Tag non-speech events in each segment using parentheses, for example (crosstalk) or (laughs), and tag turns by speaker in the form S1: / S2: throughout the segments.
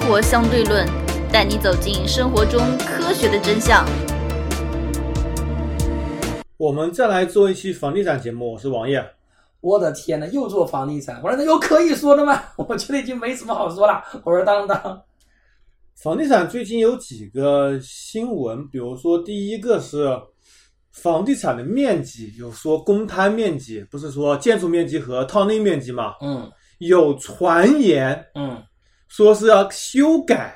S1: 活相对论》，带你走进生活中科学的真相。
S2: 我们再来做一期房地产节目，我是王爷。
S3: 我的天呐，又做房地产！我说那有可以说的吗？ (laughs) 我觉得已经没什么好说了。我说当当，
S2: 房地产最近有几个新闻，比如说第一个是房地产的面积，有说公摊面积，不是说建筑面积和套内面积嘛？
S3: 嗯
S2: 有传言
S3: 嗯，
S2: 说是要修改，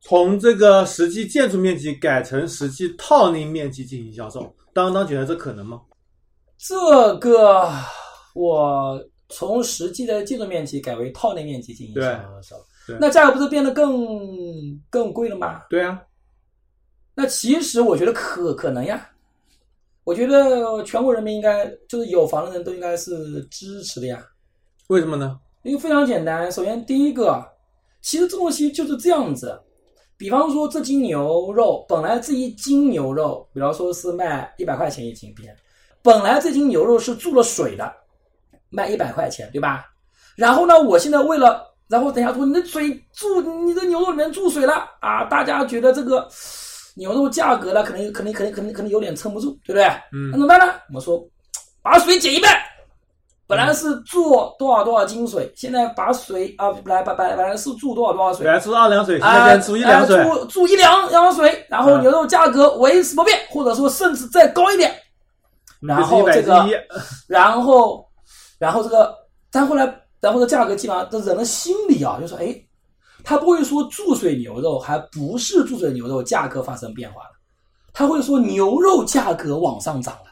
S2: 从这个实际建筑面积改成实际套内面积进行销售。当当觉得这可能吗？
S3: 这个我从实际的建筑面积改为套内面积进行
S2: 对
S3: 销售
S2: 对，
S3: 那价格不是变得更更贵了吗？
S2: 对啊，
S3: 那其实我觉得可可能呀，我觉得全国人民应该就是有房的人都应该是支持的呀。
S2: 为什么呢？
S3: 因为非常简单，首先第一个，其实这东西就是这样子。比方说，这斤牛肉本来这一斤牛肉，比方说是卖一百块钱一斤，别人本来这斤牛肉是注了水的，卖一百块钱，对吧？然后呢，我现在为了，然后等一下说你的水注，你的牛肉里面注水了啊，大家觉得这个牛肉价格呢，可能可能可能可能可能有点撑不住，对不对？那怎
S2: 嗯
S3: 么办呢？我们说，把水减一半。本来是做多少多少斤水，现在把水啊，本来本来本来是注多少多少水
S2: 本，来注二两水，现在
S3: 啊，
S2: 变注一两水。
S3: 啊注注一两两水，然后
S2: 嗯
S3: 牛肉价格维持不变，或者说甚至再高一点，然后这个
S2: 嗯一百
S3: 然后，然后这个，但后来，然后这价格基本上，这人的心理啊，就说，哎，他不会说注水牛肉还不是注水牛肉价格发生变化了，他会说牛肉价格往上涨了，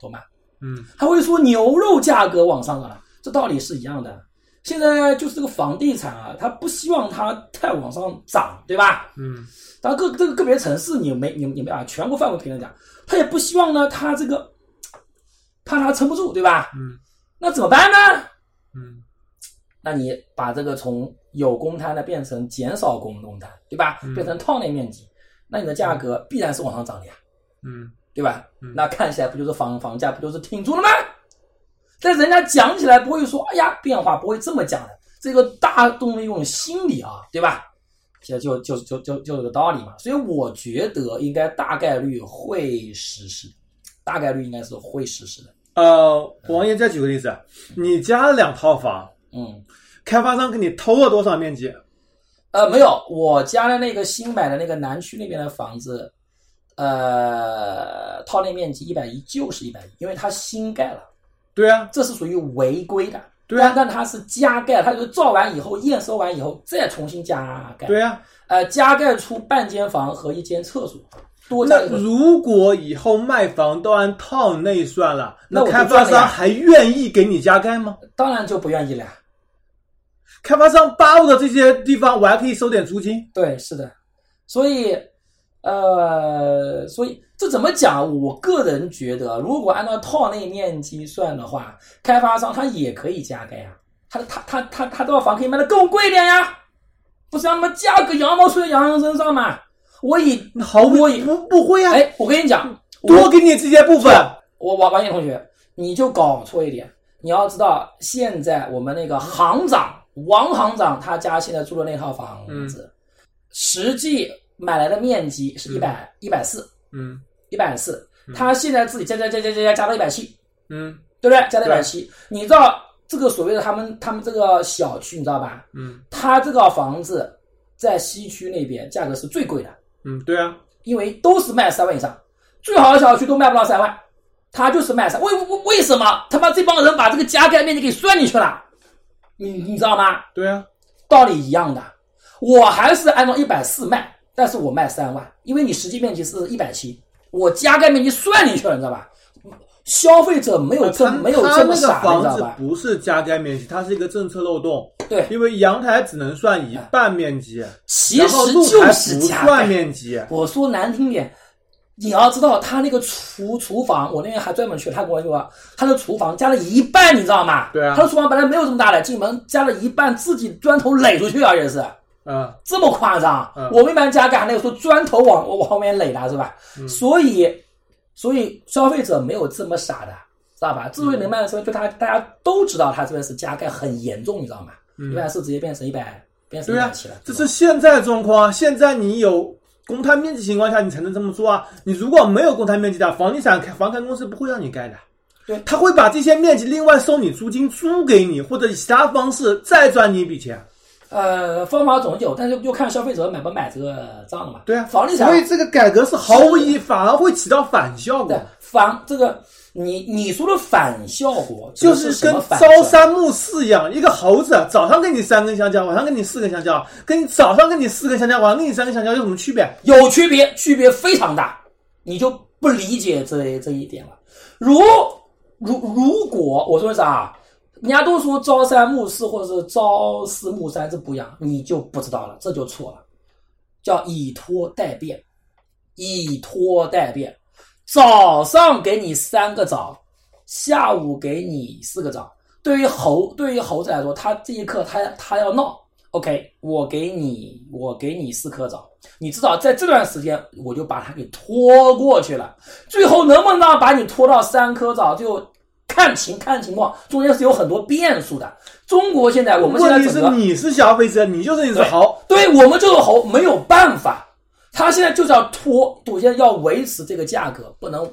S3: 懂吗？
S2: 嗯，
S3: 他会说牛肉价格往上涨了，这道理是一样的。现在就是这个房地产啊，他不希望它太往上涨，对吧？
S2: 嗯
S3: 当然个这个个别城市你没你你没啊，全国范围评论讲，他也不希望呢，他这个怕他撑不住，对吧？
S2: 嗯
S3: 那怎么办呢？
S2: 嗯
S3: 那你把这个从有公摊的变成减少公公摊，对吧
S2: 嗯？
S3: 变成套内面积，那你的价格必然是往上涨的呀，
S2: 嗯
S3: 对吧
S2: 嗯？
S3: 那看起来不就是房房价不就是挺住了吗？但人家讲起来不会说，哎呀，变化不会这么讲的，这个大众的一种心理啊，对吧？其实就就就就就有个道理嘛，所以我觉得应该大概率会实施，大概率应该是会实施的。
S2: 呃，王爷再举个例子，你家的两套房，
S3: 嗯，
S2: 开发商给你偷了多少面积？
S3: 呃，没有，我家的那个新买的那个南区那边的房子，呃，套内面积一百一就是一百一，因为它新盖了，
S2: 对啊，
S3: 这是属于违规的。
S2: 对啊
S3: 但但它是加盖，它就是造完以后验收完以后再重新加盖。
S2: 对啊。
S3: 呃，加盖出半间房和一间厕所，多加
S2: 那
S3: 一个
S2: 如果以后卖房都按套内算了，
S3: 那我就
S2: 开发
S3: 赚了
S2: 商
S3: 呀
S2: 还愿意给你加盖吗？
S3: 当然就不愿意了呀。
S2: 开发商扒我的这些地方，我还可以收点租金。
S3: 对，是的，所以，呃，所以这怎么讲？我个人觉得，如果按照套内面积算的话，开发商他也可以加盖呀、他他他他他这套房可以卖的更贵点呀，不是让他们价格羊毛出在羊身上嘛？我以
S2: 那毫不
S3: 我也
S2: 不不会啊，
S3: 哎，我跟你讲，
S2: 多给你这些部分。
S3: 我王王毅同学，你就搞错一点。你要知道，现在我们那个行长王行长他家现在住的那套房子，实际买来的面积是一百一百四
S2: 嗯
S3: 一百四
S2: 嗯，
S3: 他现在自己加加加加加加加到一百七，
S2: 嗯
S3: 对不对？加到一
S2: 对
S3: 百七，你知道这个所谓的他们他们这个小区，你知道吧？
S2: 嗯
S3: 他这个房子在西区那边价格是最贵的，
S2: 嗯，对啊，
S3: 因为都是卖三万以上，最好的小区都卖不到三万，他就是卖三。为为为什么他妈这帮人把这个加盖面积给算进去了？你你知道吗？
S2: 对啊，
S3: 道理一样的，我还是按照一百四卖，但是我卖三万，因为你实际面积是一百七，我加盖面积算进去了，你知道吧？消费者没有这
S2: 啊他
S3: 没有
S2: 他
S3: 这么
S2: 那个
S3: 傻，你知
S2: 房
S3: 道
S2: 子
S3: 吧？
S2: 不是加盖面积，它是一个政策漏洞，
S3: 对，
S2: 因为阳台只能算一半面积，
S3: 其
S2: 然后
S3: 实
S2: 露
S3: 就
S2: 台
S3: 是
S2: 不
S3: 加
S2: 算
S3: 盖。
S2: 面积。
S3: 我说难听点，你要知道他那个厨厨房，我那天还专门去，他跟我说他的厨房加了一半，你知道吗？
S2: 对啊
S3: 他的厨房本来没有这么大的，进门加了一半，自己砖头垒出去啊，也是
S2: 嗯
S3: 这么夸张。
S2: 嗯
S3: 我们一般加盖那个说砖头往往往面垒的是吧？
S2: 嗯
S3: 所以，所以消费者没有这么傻的，知道吧？之所以能卖的时候，就他大家都知道他这边是加盖很严重，你知道吗？一
S2: 嗯
S3: 般是直接变成一百变成
S2: 对啊
S3: 一
S2: 呀、
S3: 百七了。
S2: 这
S3: 对吧啊
S2: 是现在状况，现在你有公摊面积情况下，你才能这么做啊。你如果没有公摊面积的，房地产开房产公司不会让你盖的。
S3: 对
S2: 他会把这些面积另外收你租金租给你，或者以其他方式再赚你一笔钱。
S3: 呃方法总有，但是就看消费者买不买这个账了嘛。
S2: 对啊，
S3: 房地产
S2: 所以这个改革是毫无意义，反而会起到反效
S3: 对
S2: 果，
S3: 反这个你你说的反效果指
S2: 就
S3: 的是什
S2: 跟
S3: 么反效
S2: 朝三暮四一样，一个猴子啊早上给你三根香蕉，晚上给你四根香蕉，跟你早上给你四根香蕉，晚上给你三根香蕉有什么区别？
S3: 有区别，区别非常大，你就不理解这这一点了。如如如果我说啥、啊人家都说朝三暮四或者是朝四暮三，这不一样，你就不知道了，这就错了，叫以拖代变，以拖代变。早上给你三个枣，下午给你四个枣。对于猴，对于猴子来说，他这一刻他他要闹，OK，我给你我给你四颗枣，你至少在这段时间我就把它给拖过去了。最后能不能把你拖到三颗枣，就看情看情况，中间是有很多变数的。中国现在我们现在
S2: 问题
S3: 整
S2: 是
S3: 个
S2: 你是消费者，你就是你是
S3: 对
S2: 猴。
S3: 对我们这个猴没有办法，他现在就是要拖，我现在要维持这个价格，不能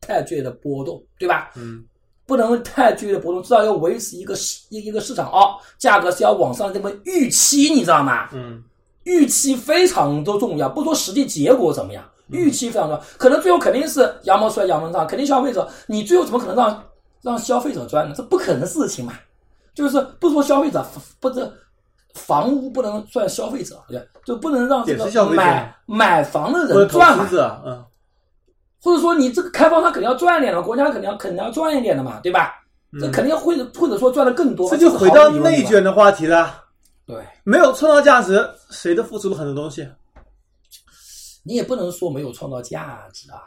S3: 太剧烈的波动，对吧？
S2: 嗯，
S3: 不能太剧烈的波动，至少要维持一个市一一个市场哦，价格是要往上这么预期，你知道吗？
S2: 嗯，
S3: 预期非常的重要，不说实际结果怎么样，预期非常重要，可能最后肯定是羊毛出在羊身上，肯定消费者，你最后怎么可能让让消费者赚呢？这不可能的事情嘛。就是不说消费者，不是房屋不能算消费者，对吧，就不能让这
S2: 也是消
S3: 个
S2: 费者
S3: 买买房的
S2: 或者
S3: 人
S2: 投
S3: 赚嘛
S2: 资。者，嗯
S3: 或者说你这个开发商肯定要赚一点的，国家肯定要肯定要赚一点的嘛，对吧？
S2: 嗯
S3: 这肯定会或者说赚的更多
S2: 这
S3: 嘛，
S2: 就是回
S3: 毫
S2: 到
S3: 无疑问的
S2: 内
S3: 嘛。
S2: 卷的话题了。
S3: 对
S2: 没有创造价值，谁都付出了很多东西。
S3: 你也不能说没有创造价值啊。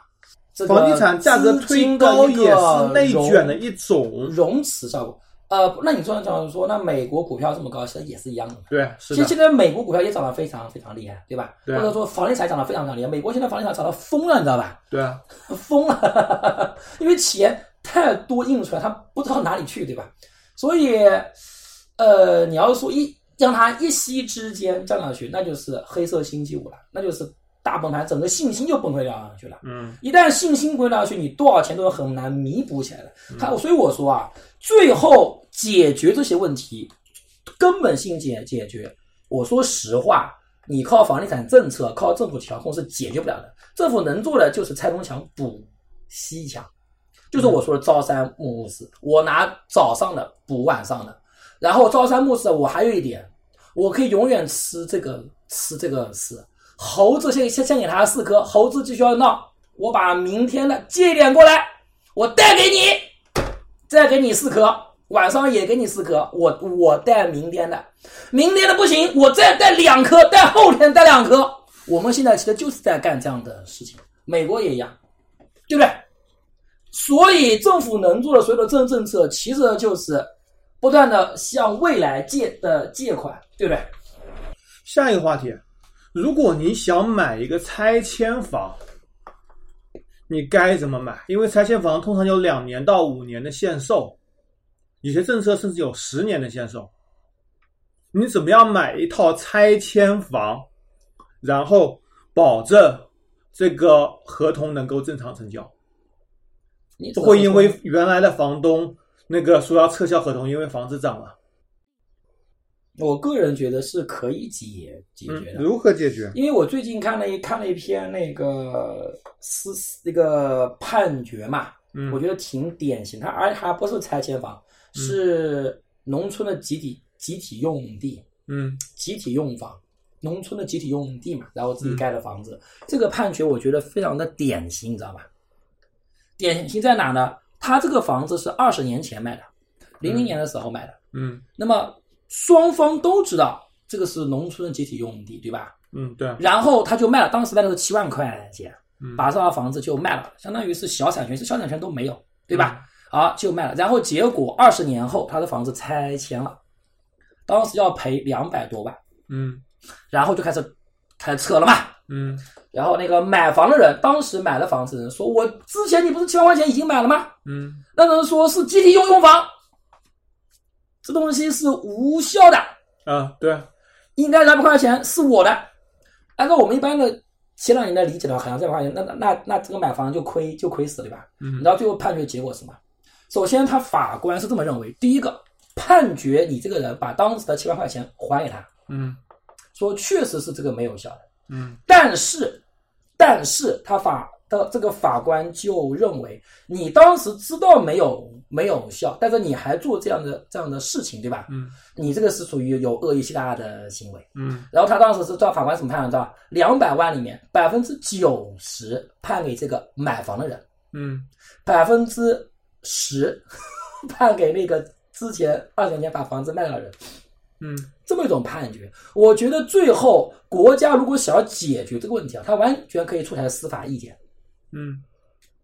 S3: 这个
S2: 房地产价格
S3: 资金
S2: 推
S3: 的
S2: 高
S3: 一个
S2: 也是内卷的
S3: 融
S2: 一种。
S3: 融资效果。呃，那你这样讲说，那美国股票这么高，其实也是一样的嘛。
S2: 对，是
S3: 其实
S2: 的，
S3: 现在美国股票也涨得非常非常厉害，对吧？
S2: 对啊
S3: 或者说房地产涨得非常非常厉害，美国现在房地产涨得疯了，你知道吧？
S2: 对啊，
S3: (laughs) 疯了，因为钱太多印出来，他不知道哪里去，对吧？所以，呃，你要说一让它一夕之间降上去，那就是黑色星期五了，那就是大崩盘，整个信心就崩溃掉上去了。
S2: 嗯，
S3: 一旦信心回到去，你多少钱都很难弥补起来的。他，所以我说啊，最后解决这些问题，根本性解解决。我说实话，你靠房地产政策、靠政府调控是解决不了的。政府能做的就是拆东墙补西墙，就是我说的朝三暮四。我拿早上的补晚上的，然后朝三暮四，我还有一点，我可以永远吃这个吃这个吃。猴子先先先给他四颗，猴子继续要闹，我把明天的借一点过来，我带给你，再给你四颗，晚上也给你四颗，我我带明天的，明天的不行，我再带两颗，带后天带两颗。我们现在其实就是在干这样的事情，美国也一样，对不对？所以政府能做的所有的政政策，其实就是不断的向未来借的借款，对不对？
S2: 下一个话题，如果你想买一个拆迁房，你该怎么买？因为拆迁房通常有两年到五年的限售，有些政策甚至有十年的限售。你怎么样买一套拆迁房，然后保证这个合同能够正常成交？
S3: 你
S2: 不会因为原来的房东那个说要撤销合同，因为房子涨了。
S3: 我个人觉得是可以解解决的，
S2: 嗯如何解决？
S3: 因为我最近看了一看了一篇那个司那个判决嘛，
S2: 嗯，
S3: 我觉得挺典型，它而且还不是拆迁房，是农村的集体集体用地，
S2: 嗯
S3: 集体用房，农村的集体用地嘛，然后自己盖的房子。这个判决我觉得非常的典型，你知道吧？典型在哪呢？他这个房子是二十年前买的，零
S2: 嗯
S3: 零年的时候买的。
S2: 嗯
S3: 那么双方都知道这个是农村的集体用地，对吧？
S2: 嗯，对，
S3: 然后他就卖了，当时卖的是七万块钱，
S2: 嗯
S3: 把这套房子就卖了，相当于是小产权，是小产权都没有，对吧？啊，就卖了。然后结果二十年后，他的房子拆迁了，当时要赔两百多万，
S2: 嗯
S3: 然后就开始开始扯了嘛。
S2: 嗯
S3: 然后那个买房的人，当时买了房子的人说：“我之前你不是七万块钱已经买了吗？
S2: 嗯
S3: 那人说是集体用用房，这东西是无效的。”
S2: 啊，对，
S3: 应该两百块钱是我的。按照我们一般的前两年的理解的话，好像三百块钱，那那那那这个买房就亏就亏死了对吧？你
S2: 嗯
S3: 知道最后判决结果是什么？首先，他法官是这么认为：第一个，判决你这个人把当时的七万块钱还给他，
S2: 嗯
S3: 说确实是这个没有效的。
S2: 嗯
S3: 但是，但是他法的这个法官就认为，你当时知道没有没有效，但是你还做这样的这样的事情，对吧？
S2: 嗯
S3: 你这个是属于有恶意欺诈的行为。
S2: 嗯
S3: 然后他当时是照法官怎么判的？知道两百万里面百分之九十判给这个买房的人，
S2: 嗯
S3: 百分之十 (laughs) 判给那个之前二十年前把房子卖了的人。
S2: 嗯
S3: 这么一种判决。我觉得最后国家如果想要解决这个问题啊，它完全可以出台司法意见，
S2: 嗯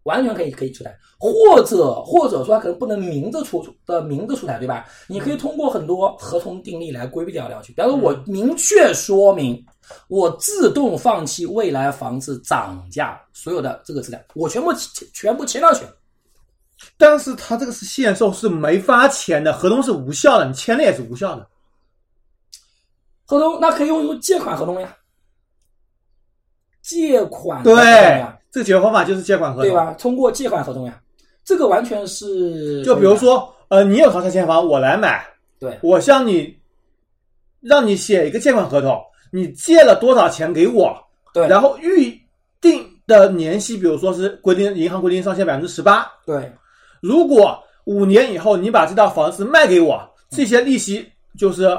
S3: 完全可以可以出台，或者或者说它可能不能明着出的明着出台，对吧？你可以通过很多合同订立来规避掉两去，比方说我明确说明。
S2: 嗯
S3: 我自动放弃未来房子涨价所有的这个资料，我全部全全部签上去，
S2: 但是他这个是限售，是没法签的，合同是无效的，你签了也是无效的。
S3: 合同那可以用用借款合同呀，借款的合同
S2: 对
S3: 呀，
S2: 这解决方法就是借款合同，
S3: 对？吧？通过借款合同呀，这个完全是
S2: 就比如说，呃，你有条拆迁房，我来买，
S3: 对
S2: 我向你让你写一个借款合同，你借了多少钱给我，
S3: 对
S2: 然后预定的年息，比如说是规定银行规定上限百分之十八，
S3: 对
S2: 如果五年以后你把这套房子卖给我，这些利息就是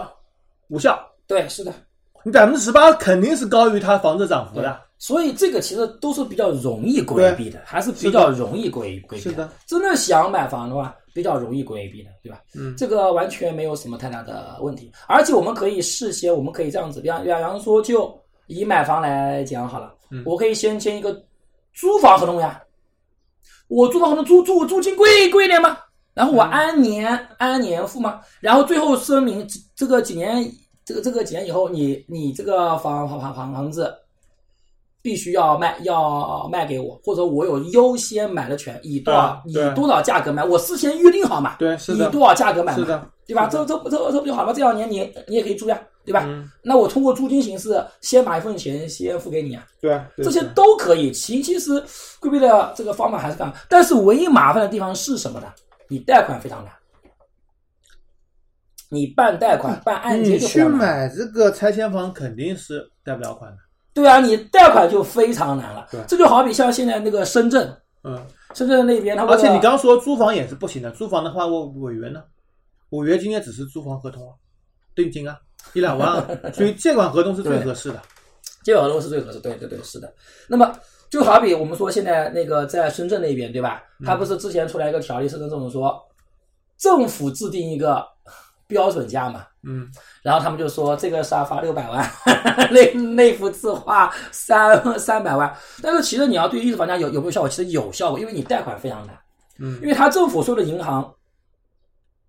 S2: 无效。
S3: 对是的，
S2: 你百分之十八肯定是高于它房子涨幅的。
S3: 所以这个其实都是比较容易规避的，还是比较容易规规避
S2: 是的，
S3: 真的想买房的话，比较容易规避的，对吧？
S2: 嗯
S3: 这个完全没有什么太大的问题，而且我们可以事先，我们可以这样子，比方比方说，就以买房来讲好了，
S2: 嗯
S3: 我可以先签一个租房合同呀，我租房合同租租租金贵贵一点吗？然后我按年、
S2: 嗯
S3: 按年付吗？然后最后声明这这个几年，这个这个几年以后，你你这个房房房房房子必须要卖要卖给我，或者我有优先买的权，以多少、
S2: 啊
S3: 以
S2: 对
S3: 多少价格买，我事先预定好嘛？
S2: 对，是的
S3: 以，多少价格买嘛？
S2: 是的，
S3: 对吧？
S2: 是
S3: 这这这这不就好了？这两年你也你也可以租呀，对吧？
S2: 嗯，
S3: 那我通过租金形式先把一份钱先付给你啊，
S2: 对，对
S3: 这些
S2: 对
S3: 都可以。其其实规避的这个方法还是干，但是唯一麻烦的地方是什么呢？你贷款非常难，你办贷款办按揭
S2: 你
S3: 就
S2: 嗯
S3: 非
S2: 去
S3: 常难。
S2: 买这个拆迁房肯定是贷不了款的。
S3: 对啊，你贷款就非常难了
S2: 对。
S3: 这就好比像现在那个深圳，
S2: 嗯，
S3: 深圳那边他
S2: 而且你刚说租房也是不行的，租房的话我违约呢，违约金也只是租房合同啊，定金啊，一两万
S3: (laughs)
S2: 啊，所以借款合同是最合适的。
S3: 借款合同是最合适，对对对，是的。那么就好比我们说现在那个在深圳那边，对吧？他不是之前出来一个条例，深圳政府说政府制定一个标准价嘛，
S2: 嗯
S3: 然后他们就说这个沙发六百万， (laughs) 那那幅字画三三百万。但是其实你要对于一手房价有有没有效果，其实有效果，因为你贷款非常难，
S2: 嗯
S3: 因为他政府所有的银行。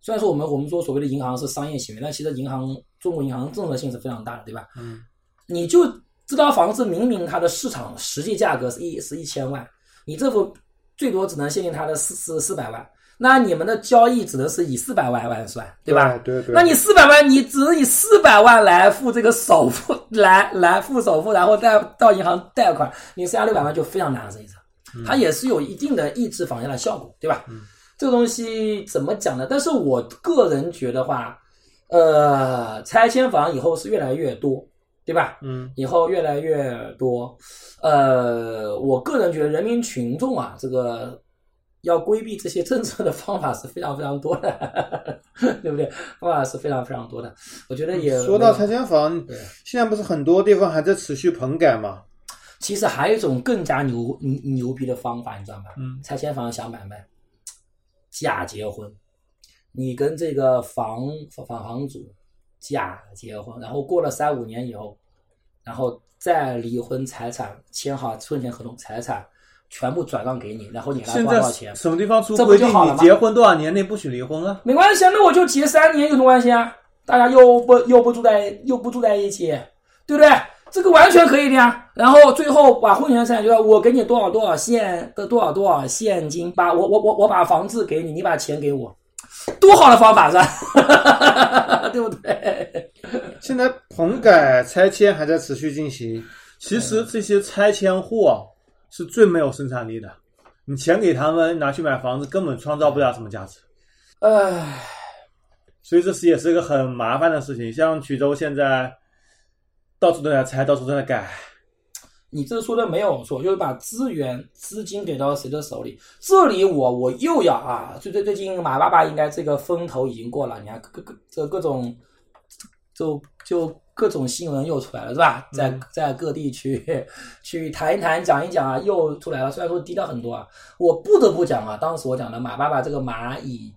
S3: 虽然说我们我们说所谓的银行是商业行为，但其实银行中国银行政策性是非常大的，对吧？
S2: 嗯
S3: 你就这套房子明明它的市场实际价格是一是一千万，你政府最多只能限定它的四四四百万，那你们的交易只能是以四百万万算，对吧？
S2: 对对
S3: 那你四百万，你只能以四百万来付这个首付，来来付首付，然后再到银行贷款，你剩下六百万就非常难了，这意思。它也是有一定的抑制房价的效果，对吧？这个东西怎么讲呢？但是我个人觉得话，呃，拆迁房以后是越来越多，对吧？
S2: 嗯
S3: 以后越来越多。呃，我个人觉得人民群众啊，这个要规避这些政策的方法是非常非常多的， (laughs) 对不对？方法是非常非常多的。我觉得也
S2: 嗯说到拆，迁房
S3: 对，
S2: 现在不是很多地方还在持续棚改吗？
S3: 其实还有一种更加牛牛牛逼的方法，你知道吗？
S2: 嗯
S3: 拆迁房想买卖，假结婚，你跟这个房房房主假结婚，然后过了三五年以后，然后再离婚，财产签好婚前合同，财产全部转让给你，然后你还
S2: 现
S3: 花多
S2: 在
S3: 少钱？
S2: 什么地方出
S3: 这不
S2: 规
S3: 就
S2: 定
S3: 好了
S2: 你
S3: 吗
S2: 结婚多少年内不许离婚啊？
S3: 没关系啊，那我就结三年有什么关系啊？大家又不又不住在又不住在一起，对不对？这个完全可以的呀。然后最后把婚前财产就要我给你多少多少现的多少多少现金，把我我我我把房子给你， (laughs) 你把钱给我，多好的方法是吧？对不对？
S2: 现在棚改拆迁还在持续进行。其实这些拆迁户啊是最没有生产力的，你钱给他们拿去买房子，根本创造不了什么价值。
S3: 唉，
S2: 所以这是也是一个很麻烦的事情。像衢州现在到处都在拆，到处都在改，
S3: 你这说的没有错，就是把资源、资金给到谁的手里。这里我我又要啊，最最最近马爸爸应该这个风头已经过了，你看各各这各种，就就各种新闻又出来了，是吧？在
S2: 嗯
S3: 在各地去 (laughs) 去谈一谈、讲一讲啊，又出来了。虽然说低调很多啊，我不得不讲啊，当时我讲的马爸爸这个蚂蚁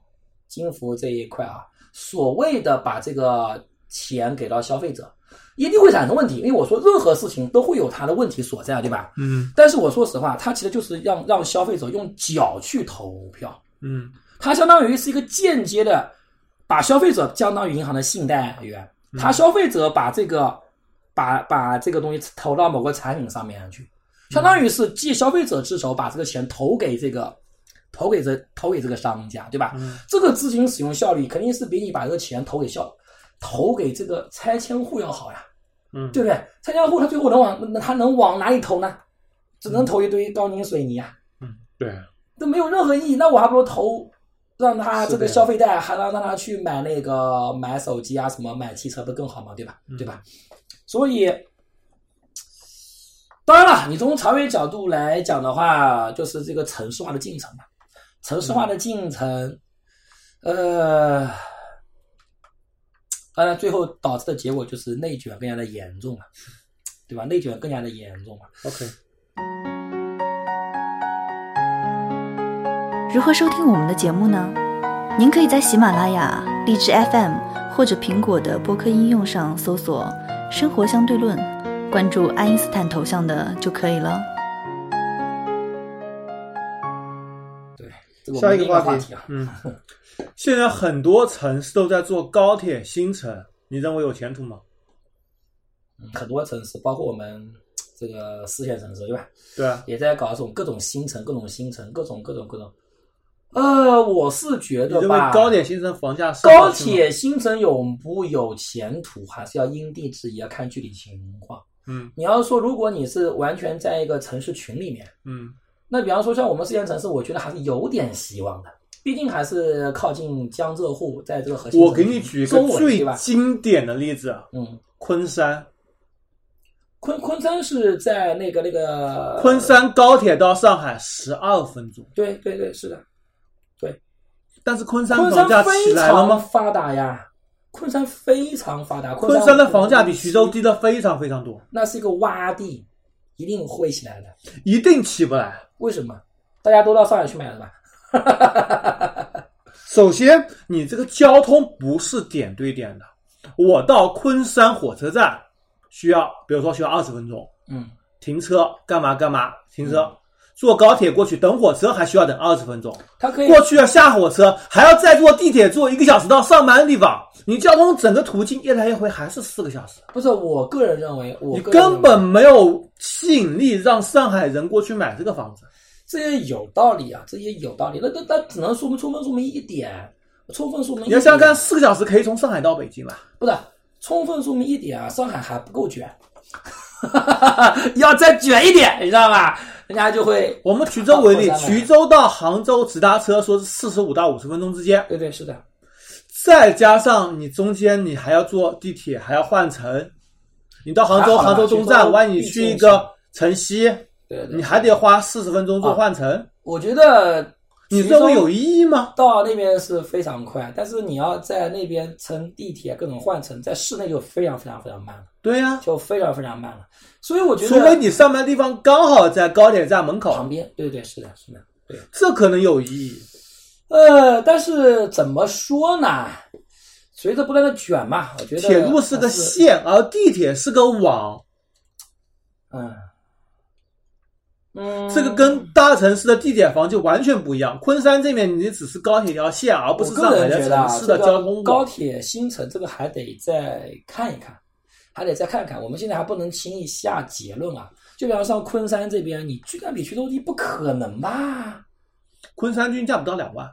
S3: 金服这一块啊，所谓的把这个钱给到消费者。一定会产生问题，因为我说任何事情都会有它的问题所在，对吧？
S2: 嗯
S3: 但是我说实话，它其实就是让让消费者用脚去投票，
S2: 嗯
S3: 它相当于是一个间接的，把消费者相当于银行的信贷员，他消费者把这个把把这个东西投到某个产品上面去，相当于是借消费者之手把这个钱投给这个投给这投给这个商家，对吧？
S2: 嗯
S3: 这个资金使用效率肯定是比你把这个钱投给消投给这个拆迁户要好呀。
S2: 嗯，
S3: 对不对？拆迁户他最后能往他能往哪里投呢？只能投一堆钢筋水泥啊，
S2: 嗯对，
S3: 这没有任何意义。那我还不如投，让他
S2: 是的
S3: 这个
S2: 呀
S3: 消费贷还让让他去买那个买手机啊，什么买汽车不更好吗？对吧？
S2: 嗯
S3: 对吧？所以，当然了，你从长远角度来讲的话，就是这个城市化的进程嘛，城市化的进程，呃。当然，最后导致的结果就是内卷更加的严重嘛，对吧？内卷更加的严重嘛。
S2: OK，
S1: 如何收听我们的节目呢？您可以在喜马拉雅、荔枝 FM 或者苹果的播客应用上搜索“生活相对论”，关注爱因斯坦头像的就可以了。
S3: 这个我
S2: 下
S3: 们
S2: 一个
S3: 另话
S2: 题
S3: 啊，，
S2: 嗯， (laughs) 现在很多城市都在做高铁新城，你认为有前途吗？
S3: 很多城市，包括我们这个四线城市，对吧？
S2: 对啊，
S3: 也在搞这种各种新城、各种新城、各种各种各种。呃，我是觉
S2: 你认
S3: 得
S2: 为
S3: 吧，
S2: 高铁新城房价是
S3: 高
S2: 合适吗
S3: 铁新城有不有前途，还是要因地制宜，要看具体情况。
S2: 嗯
S3: 你要说，如果你是完全在一个城市群里面，
S2: 嗯
S3: 那比方说像我们四线城市，我觉得还是有点希望的，毕竟还是靠近江浙沪，在这个核心城
S2: 我
S3: 区
S2: 给你举一个
S3: 周围对
S2: 最
S3: 吧？
S2: 经典的例子，啊
S3: 嗯，
S2: 昆山，
S3: 昆昆山是在那个那个
S2: 昆山高铁到上海十二分钟，
S3: 对对对，是的，
S2: 但是昆山
S3: 昆
S2: 房
S3: 山
S2: 价起
S3: 非
S2: 来了
S3: 常
S2: 吗？
S3: 发达呀，昆山非常发达，
S2: 昆
S3: 山
S2: 山的房价比徐州低的非常非常多，
S3: 那是一个洼地，一定会起来的。
S2: 一定起不来。
S3: 为什么？大家都到上海去买了吧？
S2: 首先，你这个交通不是点对点的，我到昆山火车站需要，比如说需要二十分钟，
S3: 嗯，
S2: 停车干嘛干嘛，停车。坐高铁过去等火车还需要等二十分钟，
S3: 它可以
S2: 过去了下火车还要再坐地铁坐一个小时到上班的地方，你交通整个途径一来一回还是四个小时，
S3: 不是我个人认为，我
S2: 你
S3: 个人认为
S2: 根本没有吸引力让上海人过去买这个房子。
S3: 这也有道理啊，这也有道理。那那那只能说明充分说明一点，充分说明一
S2: 你要想想
S3: 点
S2: 看，四个小时可以从上海到北京了。
S3: 不是，充分说明一点啊，上海还不够卷， (laughs) 要再卷一点，你知道吧？人家就会，
S2: 我们衢州为例
S3: 好，好
S2: 衢州到杭州直达车说是四十五到五十分钟之间，
S3: 对对是的，
S2: 再加上你中间你还要坐地铁，还要换乘，你到杭州，
S3: 还好
S2: 杭
S3: 啦
S2: 州东
S3: 衢州
S2: 站，万一
S3: 毕
S2: 你
S3: 竟
S2: 去一
S3: 是
S2: 个城西，
S3: 对对
S2: 你还得花四十分钟做换乘，
S3: 我觉得
S2: 你
S3: 徐
S2: 认为
S3: 州
S2: 有意义吗？
S3: 到那边是非常快，但是你要在那边乘地铁啊各种换乘，在室内就非常非常非常慢了，
S2: 对呀、
S3: 就非常非常慢了。所以我觉
S2: 除非
S3: 得
S2: 你上班地方刚好在高铁站门
S3: 旁
S2: 口，
S3: 边，对对是的，是的，对。
S2: 这可能有意义。
S3: 呃，但是怎么说呢？随着不断的卷嘛，我觉得
S2: 铁路是个
S3: 还是
S2: 线，而地铁是个网，
S3: 嗯，嗯，
S2: 这个跟大城市的地铁房就完全不一样。昆山这边你只是高铁一条线，而不是
S3: 我
S2: 上
S3: 个
S2: 海
S3: 人
S2: 的
S3: 觉得啊
S2: 城市
S3: 这
S2: 的
S3: 个
S2: 交通
S3: 高
S2: 网。
S3: 铁新城这个还得再看一看，还得再看看。我们现在还不能轻易下结论啊。就比方像昆山这边，你居然比徐州低，不可能吧？
S2: 昆山均价不到两万，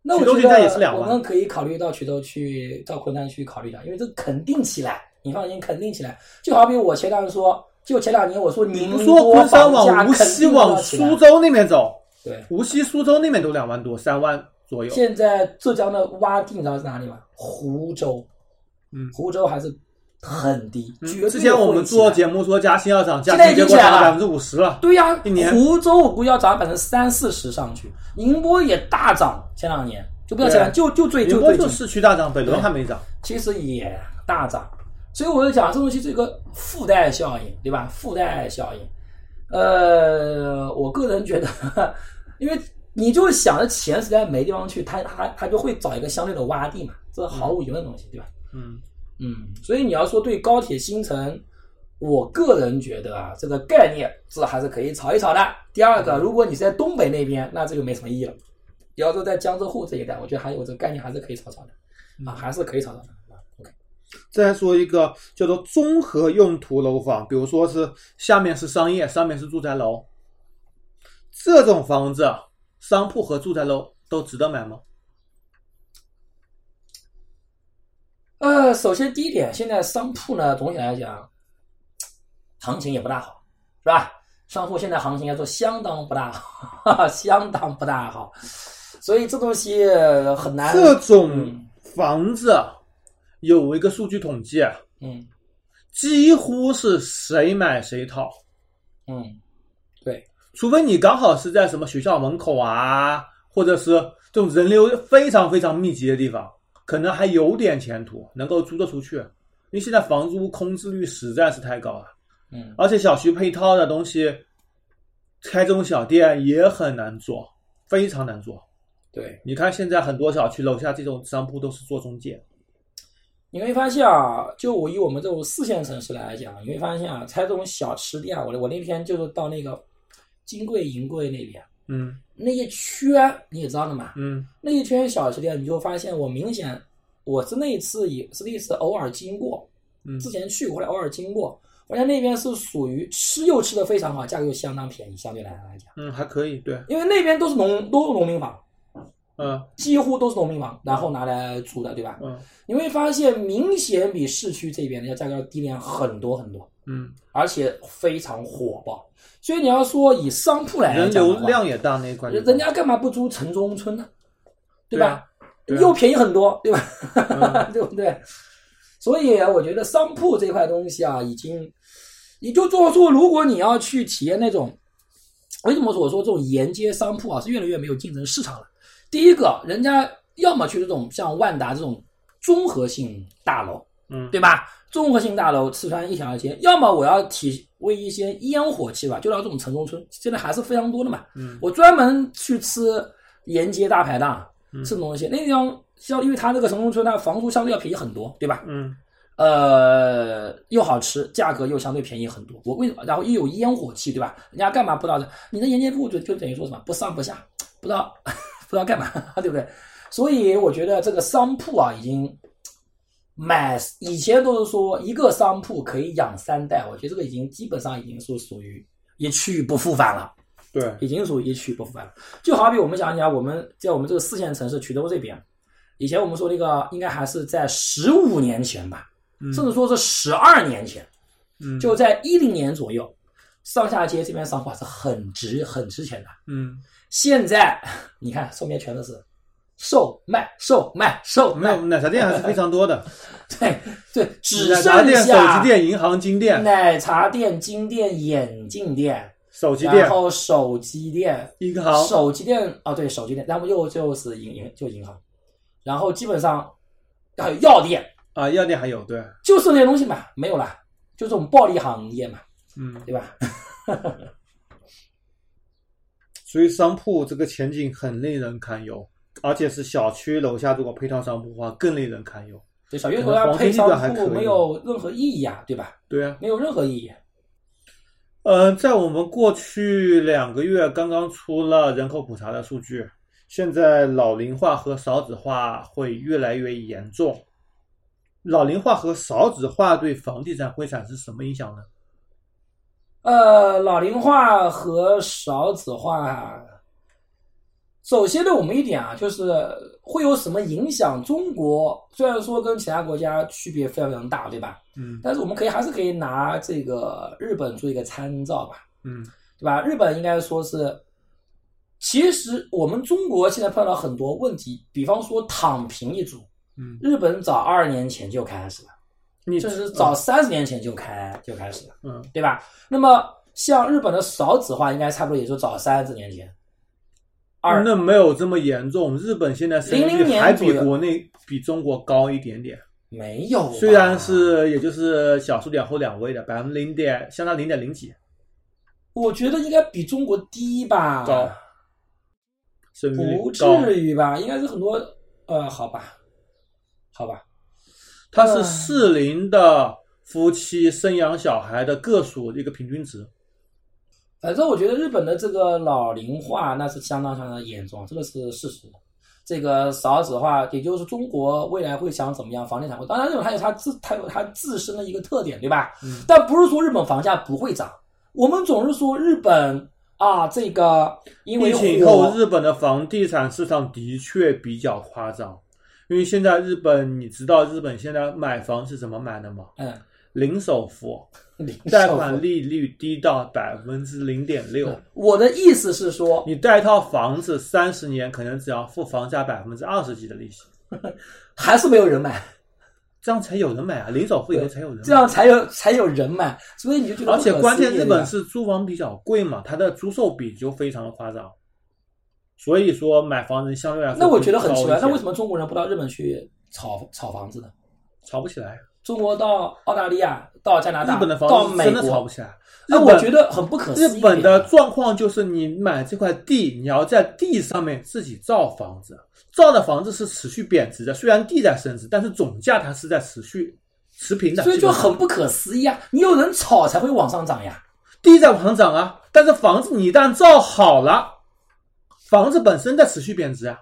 S3: 那我
S2: 徐州
S3: 觉
S2: 现在
S3: 得
S2: 也是两万
S3: 我们可以考虑到徐州去，到昆山去考虑一下，因为这肯定起来，你放心，肯定起来。就好比我前两年说，就前两年我说
S2: 你
S3: 宁
S2: 不
S3: 波
S2: 说昆山
S3: 房价
S2: 往无
S3: 肯
S2: 锡
S3: 定要
S2: 往
S3: 起来
S2: 苏州那边走，
S3: 对，
S2: 无锡、苏州那边都两万多，三万左右。嗯
S3: 现在浙江的洼地你知道是哪里吗？湖州，
S2: 嗯
S3: 湖州还是很低，
S2: 嗯
S3: 绝对
S2: 之前我们做节目说嘉兴要涨价，
S3: 现在
S2: 价
S3: 已
S2: 结
S3: 经
S2: 果
S3: 起来
S2: 涨
S3: 了
S2: 了百分之五十了。
S3: 对呀、
S2: 一年
S3: 湖州我估计要涨百分之三四十上去，宁波也大涨，前两年就不要前两年，就就最
S2: 宁
S3: 就
S2: 波
S3: 最
S2: 就
S3: 近，
S2: 市区大涨，北仑
S3: 啊
S2: 还没涨。
S3: 其实也大涨，所以我就讲这东西是一个附带效应，对吧？附带效应，呃，我个人觉得， (laughs) 因为你就想着钱实在没地方去，他他他就会找一个相对的洼地嘛，这毫无疑问的东西，对吧？
S2: 嗯，
S3: 嗯，所以你要说对高铁新城，我个人觉得啊，这个概念这还是可以炒一炒的。第二个，如果你是在东北那边，那这就没什么意义了。你要说在江浙沪这一带，我觉得还有这个概念还是可以炒炒
S2: 嗯
S3: 的，啊，还是可以炒炒的。OK，
S2: 再说一个叫做综合用途楼房，比如说是下面是商业，上面是住宅楼，这种房子，啊商铺和住宅楼都值得买吗？
S3: 呃，首先第一点，现在商铺呢，总体来讲，行情也不大好，是吧？商铺现在行情来说相当不大好， (laughs) 相当不大好，所以这东西很难。
S2: 这种
S3: 嗯
S2: 房子啊有一个数据统计，啊
S3: 嗯
S2: 几乎是谁买谁套，
S3: 嗯，对。
S2: 除非你刚好是在什么学校门口啊，或者是这种人流非常非常密集的地方，可能还有点前途，能够租得出去。因为现在房租空置率实在是太高了，
S3: 嗯，
S2: 而且小区配套的东西，开这种小店也很难做，非常难做。
S3: 对，
S2: 你看现在很多小区楼下这种商铺都是做中介，
S3: 你会发现啊，就我以我们这种四线城市来讲，你会发现啊，它这种小吃店啊，我我那天就是到那个金桂银桂那边
S2: 嗯
S3: 那一圈，你也知道的嘛，
S2: 嗯
S3: 那一圈小吃店，你就发现我明显，我是那一次也是那一次偶尔经过，
S2: 嗯
S3: 之前去过，后来偶尔经过，发现那边是属于吃又吃的非常好，价格又相当便宜，相对来来讲，
S2: 嗯，还可以，对，
S3: 因为那边都是农都是农民房，
S2: 嗯
S3: 几乎都是农民房，然后拿来租的，对吧？
S2: 嗯
S3: 你会发现明显比市区这边的要价格要低廉很多很多，
S2: 嗯，
S3: 而且非常火爆。所以你要说以商铺来
S2: 人
S3: 讲的
S2: 流
S3: 话
S2: 量也大那一块地
S3: 人
S2: 方，
S3: 人家干嘛不租城中村呢？对吧？
S2: 对啊对啊
S3: 又便宜很多，对吧？
S2: 嗯
S3: (laughs) 对不对？所以我觉得商铺这块东西啊，已经，你就做说，如果你要去体验那种，为什么我说这种沿街商铺啊是越来越没有竞争市场了？第一个，人家要么去这种像万达这种综合性大楼，
S2: 嗯
S3: 对吧？综合性大楼四川一条街，要么我要体为一些烟火气吧，就到这种城中村，现在还是非常多的嘛。
S2: 嗯
S3: 我专门去吃沿街大排档
S2: 嗯
S3: 吃这种东西，那地方像因为它那个城中村，它房租相对要便宜很多，对吧？
S2: 嗯
S3: 呃，又好吃，价格又相对便宜很多。我为然后又有烟火气，对吧？人家干嘛不知道的？你的沿街铺就就等于说什么不上不下，不知道 (laughs) 不知道干嘛，对不对？所以我觉得这个商铺啊，已经买以前都是说一个商铺可以养三代，我觉得这个已经基本上已经是属于一去不复返了。
S2: 对，
S3: 已经属于一去不复返了。就好比我们讲讲我们在我们这个四线城市衢州这边，以前我们说那个应该还是在十五年前吧，
S2: 嗯
S3: 甚至说是十二年前，
S2: 嗯
S3: 就在一零年左右，上下街这边商铺还是很值很值钱的。
S2: 嗯。
S3: 现在你看上面全都是售卖售卖售
S2: 没
S3: 卖
S2: 有，奶茶店还是非常多
S3: (laughs)
S2: 的，
S3: 对对，只
S2: 奶
S3: 剩
S2: 茶店、手
S3: 下
S2: 机店、银行、金店、
S3: 奶茶店、金店、眼镜店，
S2: 手机店
S3: 然、后手机店。
S2: 银行，
S3: 手机店啊，对，手机店，然后又就是银银就银行，然后基本上还有药店，
S2: 啊，药店还有，对，
S3: 就是那些东西嘛，没有了，就这种暴利行业嘛，
S2: 嗯，
S3: 对吧？
S2: 所以商铺这个前景很令人堪忧，而且是小区楼下如果配套商铺的话，更令人堪忧。
S3: 对，小月头
S2: 哎
S3: 要
S2: 黄金
S3: 配
S2: 地段还
S3: 商
S2: 可以
S3: 铺没有任何意义啊，对吧？
S2: 对啊，
S3: 没有任何意义。
S2: 呃，在我们过去两个月刚刚出了人口普查的数据，现在老龄化和少子化会越来越严重。老龄化和少子化对房地产会产生什么影响呢？
S3: 呃呃，老龄化和少子化，首先对我们一点啊，就是会有什么影响？中国虽然说跟其他国家区别非常非常大，对吧？
S2: 嗯
S3: 但是我们可以还是可以拿这个日本做一个参照吧，
S2: 嗯
S3: 对吧？日本应该说是，其实我们中国现在碰到很多问题，比方说躺平一族，
S2: 嗯，
S3: 日本早二十年前就开始了，
S2: 你
S3: 甚至早三十年前就开就开始了，
S2: 嗯
S3: 对吧？那么像日本的少子化，应该差不多也就早三十年前，二
S2: 那没有这么严重。日本现在生育
S3: 00
S2: 率
S3: 年
S2: 还比
S3: 左右
S2: 国内比中国高一点点，
S3: 没有吧，
S2: 虽然是也就是小数点后两位的百分之零点，相当零点零几
S3: 我觉得应该比中国低吧，
S2: 高生育率
S3: 不
S2: 高，
S3: 至于吧？应该是很多呃，好吧，好吧，
S2: 它是适龄的夫妻生养小孩的个数一个平均值。
S3: 反正我觉得日本的这个老龄化那是相当相当严重，这个是事实。这个少子化，也就是中国未来会想怎么样，房地产会，当然日本它有它自它有它自身的一个特点，对吧？
S2: 嗯
S3: 但不是说日本房价不会涨，我们总是说日本啊，这个因为
S2: 疫情以
S3: 火
S2: 后，日本的房地产市场的确比较夸张，因为现在日本，你知道日本现在买房是怎么买的吗？
S3: 嗯，
S2: 零首付，
S3: 零
S2: 贷
S3: 售
S2: 款利率低到百分之零点六，
S3: 我的意思是说，
S2: 你贷一套房子三十年，可能只要付房价百分之二十几的利息，
S3: 还是没有人买，
S2: 这样才有人买啊！零首付以后才有人
S3: 这
S2: 买。
S3: 样才有才有人买，所以你就觉
S2: (laughs)
S3: 得
S2: 而且
S3: 不可
S2: 关键，
S3: 思议
S2: 日
S3: 对吧
S2: 本是租房比较贵嘛，它的租售比就非常的夸张，所以说买房人相对来说
S3: 那我觉得很奇怪，那为什
S2: 么
S3: 么中国人不到日本去炒炒房子呢？
S2: 炒不起来？
S3: 中国到澳大利亚、到加拿大、
S2: 日本的
S3: 到
S2: 房子
S3: 美
S2: 真的炒
S3: 国
S2: 不，起来。
S3: 那
S2: 日
S3: 我
S2: 本
S3: 觉得很不可
S2: 日
S3: 思议。
S2: 本的，状况就是，你买这块地，你要在地上面自己造房子，造的房子是持续贬值的，虽然地在升值，但是总价它是在持续持平的，
S3: 所以就
S2: 基本
S3: 很
S2: 上
S3: 不可思议啊！你有人炒才会往上涨呀。
S2: 地在往上涨啊，但是房子你一旦造好了，房子本身在持续贬值啊，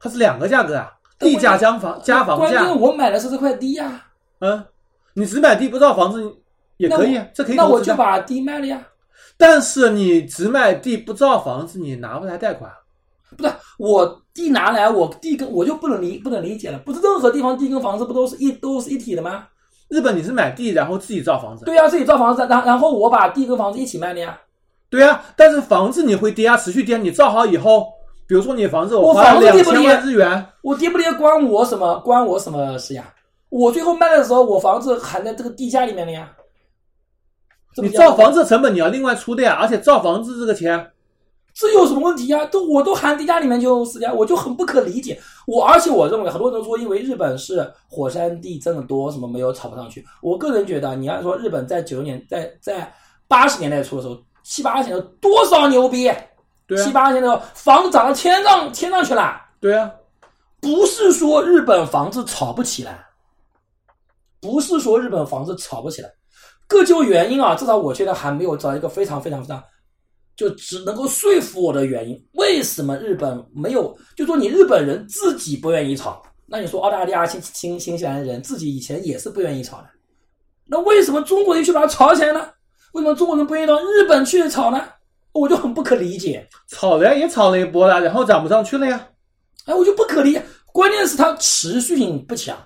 S2: 它是两个价格啊，
S3: 但
S2: 地
S3: 关
S2: 价加房加房
S3: 关
S2: 价，
S3: 键我买的是这块地呀，
S2: 嗯，你只买地不造房子也可以啊，这可以
S3: 那
S2: 投
S3: 我
S2: 资
S3: 就
S2: 的，
S3: 把地卖了呀。
S2: 但是你只买地不造房子，你拿不来贷款。啊
S3: 不是我地拿来，我地跟我就不能理不能理解了。不是任何地方地跟房子不都是一都是一体的吗？
S2: 日本你是买地然后自己造房子，啊
S3: 对呀、自己造房子，然然后我把地跟房子一起卖了呀。
S2: 对啊，但是房子你会跌啊，持续跌。你造好以后，比如说你房子
S3: 我
S2: 花
S3: 房
S2: 了
S3: 子跌
S2: 两
S3: 不
S2: 千
S3: 跌
S2: 万日元，
S3: 我跌不跌关我什么关我什么事呀？我最后卖的时候，我房子含在这个地价里面了呀。这
S2: 你
S3: 不叫
S2: 造房子的成本你要另外出的呀，而且造房子这个钱，
S3: 这有什么问题呀？都我都含地价里面就是呀，我就很不可理解。我而且我认为很多人都说，因为日本是火山地震的多，什么没有炒不上去。我个人觉得，啊你要说日本在九十年在在八十年代初的时候，七八十年代多少牛逼？
S2: 对
S3: 七
S2: 啊，
S3: 八十年代房子涨到天上天上去了。
S2: 对啊，
S3: 不是说日本房子炒不起来，不是说日本房子炒不起来，各就原因啊。至少我觉得还没有找一个非常非常非常，就只能够说服我的原因。为什么日本没有？就说你日本人自己不愿意炒，那你说澳大利亚、新新新西兰人自己以前也是不愿意炒的，那为什么中国人去把它炒起来呢？为什么中国人不愿意到日本去炒呢？我就很不可理解。
S2: 炒了呀也炒了一波了，然后涨不上去了呀。
S3: 哎，我就不可理解。关键是它持续性不强，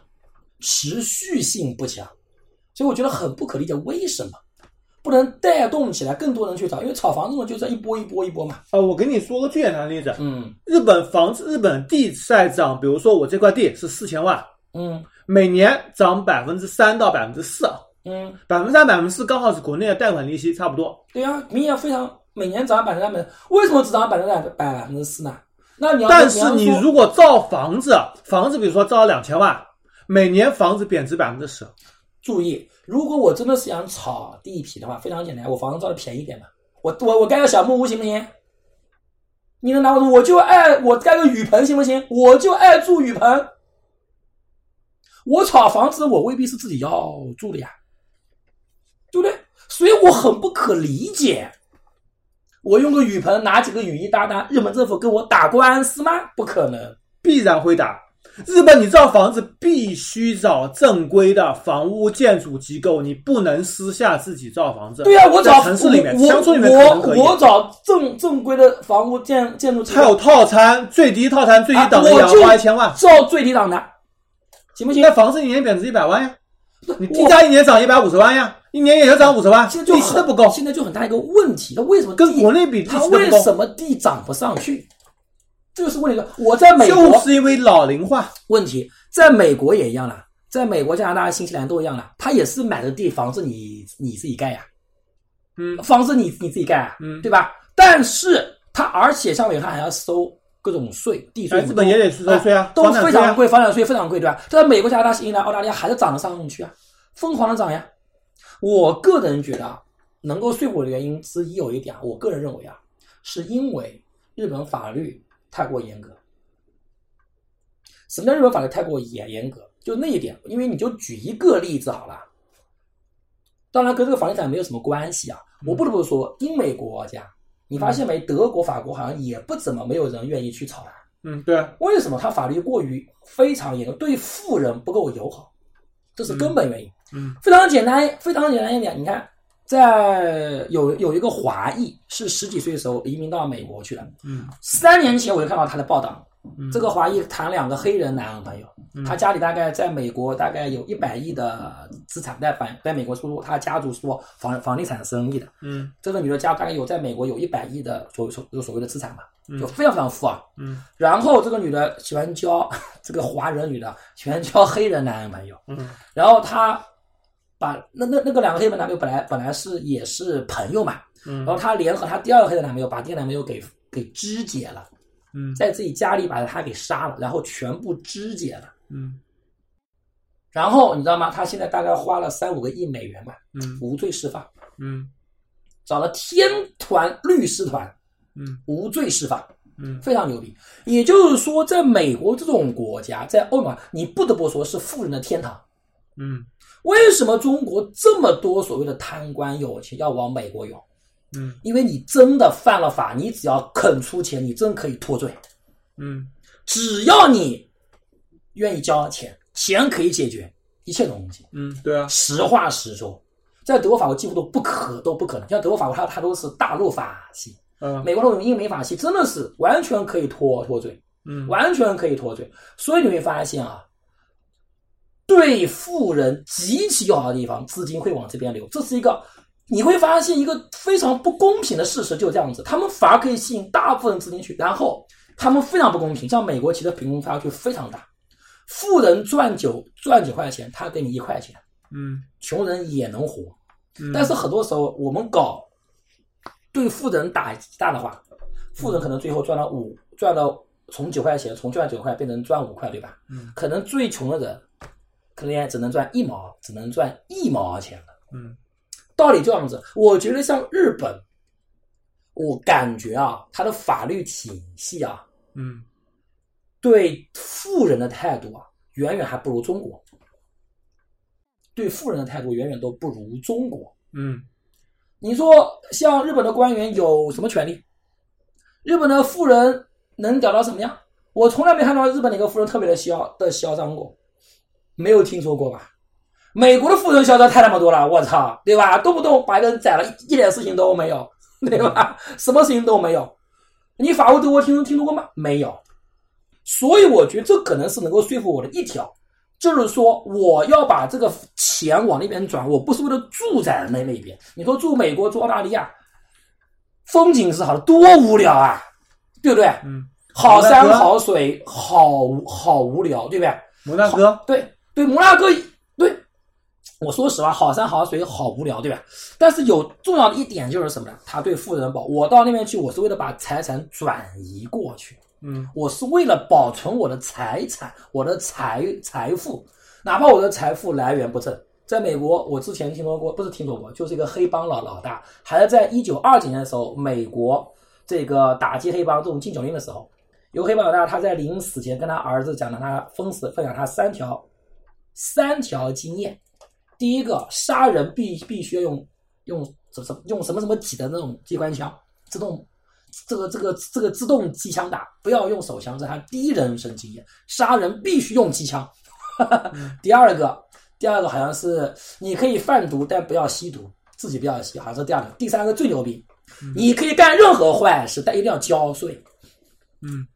S3: 持续性不强，所以我觉得很不可理解，为什么不能带动起来更多人去炒？因为炒房子嘛，就是一波一波一波嘛。
S2: 啊，我给你说个最简单的例子，
S3: 嗯
S2: 日本房子、日本地在涨，比如说我这块地是四千万，
S3: 嗯
S2: 每年涨百分之三到百分之四，啊
S3: 嗯，
S2: 百分之三、百分之四刚好是国内的贷款利息差不多。
S3: 对啊，明年非常每年涨百分之三百，为什么只涨百分之两百分之四呢？那你要
S2: 但是你
S3: 要说
S2: 如果造房子，房子比如说造两千万，每年房子贬值百分之十，
S3: 注意，如果我真的是想炒地皮的话，非常简单，我房子造的便宜一点嘛。我我我盖个小木屋行不行？你能拿我说我就爱我盖个雨棚行不行？我就爱住雨棚。我炒房子，我未必是自己要住的呀，对不对？所以我很不可理解。我用个雨棚拿几个雨衣搭搭，日本政府跟我打官司吗？不可能。
S2: 必然会打。日本你造房子必须找正规的房屋建筑机构，你不能私下自己造房子。
S3: 对呀、我
S2: 在
S3: 找
S2: 城市里面、
S3: 我
S2: 乡村里面可
S3: 我
S2: 能可以。
S3: 我找正正规的房屋建建筑机
S2: 它有
S3: 构，
S2: 套餐，最低套餐最低档的也
S3: 啊
S2: 要
S3: 我就
S2: 花一千万。
S3: 照最低档的，行不行
S2: 那？房子一年贬值一百万呀，你地
S3: 我
S2: 价一年涨一百五十万呀，一年也就涨五十万，
S3: 现在就
S2: 利息
S3: 很
S2: 都不够，
S3: 现在就很大一个问题，它为什么
S2: 跟
S3: 地
S2: 国内比利息
S3: 它
S2: 都
S3: 为
S2: 不够，
S3: 什么地涨不上去？这就是问题。我在美国、
S2: 就是因为老龄化。
S3: 问题，在美国也一样啦，在美国、加拿大、新西兰都一样啦，他也是买的地，房子你你自己盖呀、
S2: 嗯
S3: 房子你你自己盖啊，
S2: 嗯
S3: 对吧？但是他而且像美他还要收各种税，地税
S2: 哎日
S3: 什么都、
S2: 本也得收税啊
S3: 哦都
S2: 房产
S3: 非
S2: 税啊
S3: 常贵，房产税非常贵，对吧？但在美国、加拿大、新西兰、澳大利亚还是涨得上去啊，疯狂的涨呀。我个人觉得啊，能够说服我的原因之一有一点啊，我个人认为啊，是因为日本法律太过严格。什么叫日本法律太过严严格？就那一点，因为你就举一个例子好了。当然跟这个房地产没有什么关系啊。我不得不说，英美国家，你发现没？德国、法国好像也不怎么没有人愿意去炒它。
S2: 嗯，对啊，
S3: 为什么它法律过于非常严格，对富人不够友好？这是根本原因。
S2: 嗯
S3: 非常简单，非常简单一点，你看，在有有一个华裔是十几岁的时候移民到美国去了，
S2: 嗯
S3: 三年前我就看到他的报道，
S2: 嗯，
S3: 这个华裔谈两个黑人男朋友，
S2: 嗯
S3: 他家里大概在美国大概有一百亿的资产，在反在美国说他家族是做房房地产生意的，
S2: 嗯
S3: 这个女的家大概有在美国有一百亿的所所所谓的资产吧，
S2: 嗯
S3: 就非常非常富啊。
S2: 嗯
S3: 然后这个女的喜欢交 (laughs) 这个华人女的喜欢交黑人男朋友，
S2: 嗯
S3: 然后她把那那那个两个黑人男朋友本来本来是也是朋友嘛，
S2: 嗯
S3: 然后她联合她第二个黑人男朋友把第一个男朋友给给肢解了，
S2: 嗯
S3: 在自己家里把他给杀了，然后全部肢解了。
S2: 嗯
S3: 然后你知道吗？她现在大概花了三五个亿美元吧，
S2: 嗯
S3: 无罪释放，
S2: 嗯
S3: 找了天团律师团，
S2: 嗯
S3: 无罪释放。
S2: 嗯
S3: 非常牛逼。也就是说，在美国这种国家，在欧美啊，你不得不说是富人的天堂。
S2: 嗯
S3: 为什么中国这么多所谓的贪官有钱要往美国涌？
S2: 嗯
S3: 因为你真的犯了法，你只要肯出钱，你真可以脱罪。
S2: 嗯
S3: 只要你愿意交钱，钱可以解决一切东西。
S2: 嗯，对啊，
S3: 实话实说，在德国、法国几乎都不可都不可能。像德国、法国，它它都是大陆法系，
S2: 嗯
S3: 美国那种英美法系真的是完全可以脱脱罪。
S2: 嗯
S3: 完全可以脱罪。所以你会发现啊，对富人极其友好的地方，资金会往这边流，这是一个你会发现一个非常不公平的事实，就这样子，他们反而可以吸引大部分资金去，然后他们非常不公平。像美国其实贫富差距非常大，富人赚九赚九块钱，他给你一块钱，
S2: 嗯
S3: 穷人也能活。
S2: 嗯，
S3: 但是很多时候我们搞对富人打击大的话，富人可能最后赚了五赚了从九块钱从赚九块变成赚五块，对吧？
S2: 嗯
S3: 可能最穷的人，可能也只能赚一毛，只能赚一毛钱了。
S2: 嗯
S3: 道理这样子，我觉得像日本，我感觉啊，它的法律体系啊，
S2: 嗯
S3: 对富人的态度啊，远远还不如中国。对富人的态度远远都不如中国。
S2: 嗯
S3: 你说像日本的官员有什么权利？日本的富人能屌到什么样？我从来没看到日本哪个富人特别的嚣的嚣张过，没有听说过吧？美国的富人嚣张太他妈多了，我操，对吧？动不动把一个人宰了，一一点事情都没有，对吧？ (laughs) 什么事情都没有。你法国、德国听听说过吗？没有。所以我觉得这可能是能够说服我的一条，就是说我要把这个钱往那边转，我不是为了住在那那边。你说住美国、住澳大利亚，风景是好的，多无聊啊，对不对？
S2: 嗯，
S3: 好山好水，好无好无聊，对不对？
S2: 摩大哥，
S3: 对对，摩纳哥对，我说实话，好山好水好无聊，对吧？但是有重要的一点就是什么呢？他对富人保，我到那边去，我是为了把财产转移过去，
S2: 嗯
S3: 我是为了保存我的财产，我的财财富，哪怕我的财富来源不正。在美国，我之前听说过，不是听说过，就是一个黑帮老老大，还是在一九二几年的时候，美国这个打击黑帮这种禁酒令的时候，有个黑帮老大他在临死前跟他儿子讲了他封死分享他三条三条经验，第一个，杀人必必须要用用什什用什么什么几的那种机关枪，自动这个这个这个自动机枪打，不要用手枪，这是他第一人生经验，杀人必须用机枪。 (laughs) 第二个，第二个好像是你可以贩毒，但不要吸毒，自己不要吸，好像是第二个。第三个最牛逼，你可以干任何坏事，但一定要交税。
S2: 嗯，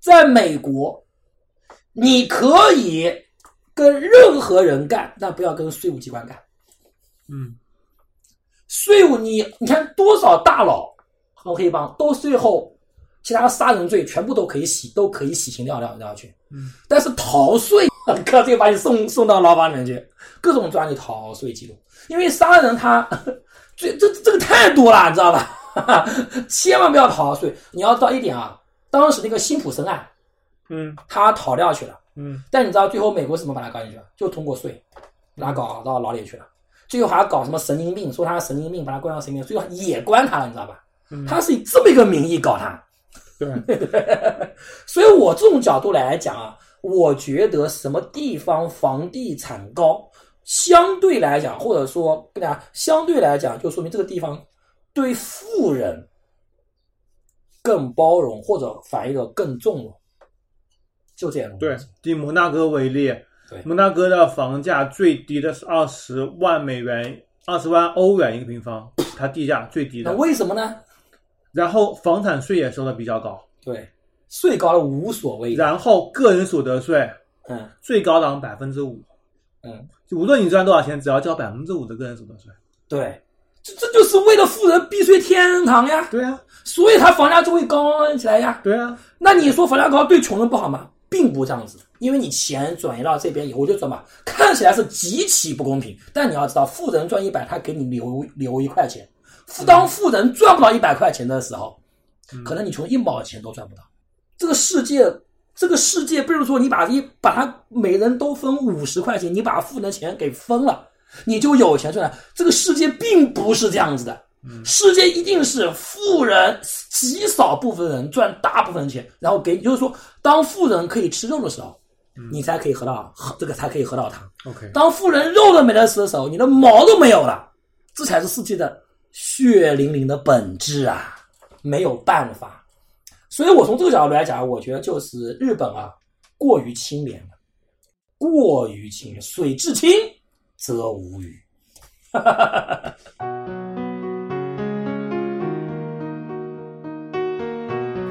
S3: 在美国，你可以跟任何人干，但不要跟税务机关干。
S2: 嗯
S3: 税务你你看多少大佬和黑帮都最后其他杀人罪全部都可以洗，都可以洗清掉掉掉去。
S2: 嗯，
S3: 但是逃税， (laughs) 干脆把你送送到牢房里面去，各种抓你逃税记录。因为杀人他这这这个太多了，你知道吧？ (laughs) 千万不要逃税。你要知道一点啊，当时那个辛普森案
S2: 嗯
S3: 他逃掉去了。
S2: 嗯
S3: 但你知道最后美国是怎么把他搞进去的？就通过税，把他搞到牢里去了。最后还搞什么神经病，说他神经病，把他关到神经病，最后也关他了，你知道吧？
S2: 嗯，
S3: 他是以这么一个名义搞他。
S2: 对，
S3: 所以我这种角度来讲啊，我觉得什么地方房地产高，相对来讲，或者说跟大家相对来讲，就说明这个地方对富人更包容，或者反映的更纵容，就这样的
S2: 对
S3: (laughs) 东西。，
S2: 以摩纳哥为例
S3: 对，
S2: 摩纳哥的房价最低的是二十万美元，二十万欧元一个平方，它地价最低
S3: 那
S2: 的。
S3: 为什么呢？
S2: 然后房产税也收的比较高，
S3: 对，税高了无所谓。
S2: 然后个人所得税
S3: 嗯
S2: 最高档百分之五，
S3: 嗯，
S2: 就无论你赚多少钱，只要交百分之五的个人所得税。
S3: 对，这这就是为了富人避税天堂呀，
S2: 对啊，
S3: 所以他房价就会高起来呀。
S2: 对啊，
S3: 那你说房价高对穷人不好吗？并不这样子，因为你钱转移到这边以后，我就转嘛，看起来是极其不公平。但你要知道，富人赚一百，他给你留留一块钱；富当富人赚不到一百块钱的时候，
S2: 嗯
S3: 可能你穷一毛钱都赚不到。这个世界，这个世界，比如说你把一把它每人都分五十块钱，你把富人的钱给分了，你就有钱赚了。这个世界并不是这样子的，世界一定是富人极少部分人赚大部分钱，然后给，就是说，当富人可以吃肉的时候，你才可以喝到喝这个才可以喝到汤。
S2: OK，
S3: 当富人肉都没得吃的时候，你的毛都没有了，这才是世界的血淋淋的本质啊！没有办法，所以我从这个角度来讲，我觉得就是日本啊，过于清廉了，过于清廉，水至清则无鱼。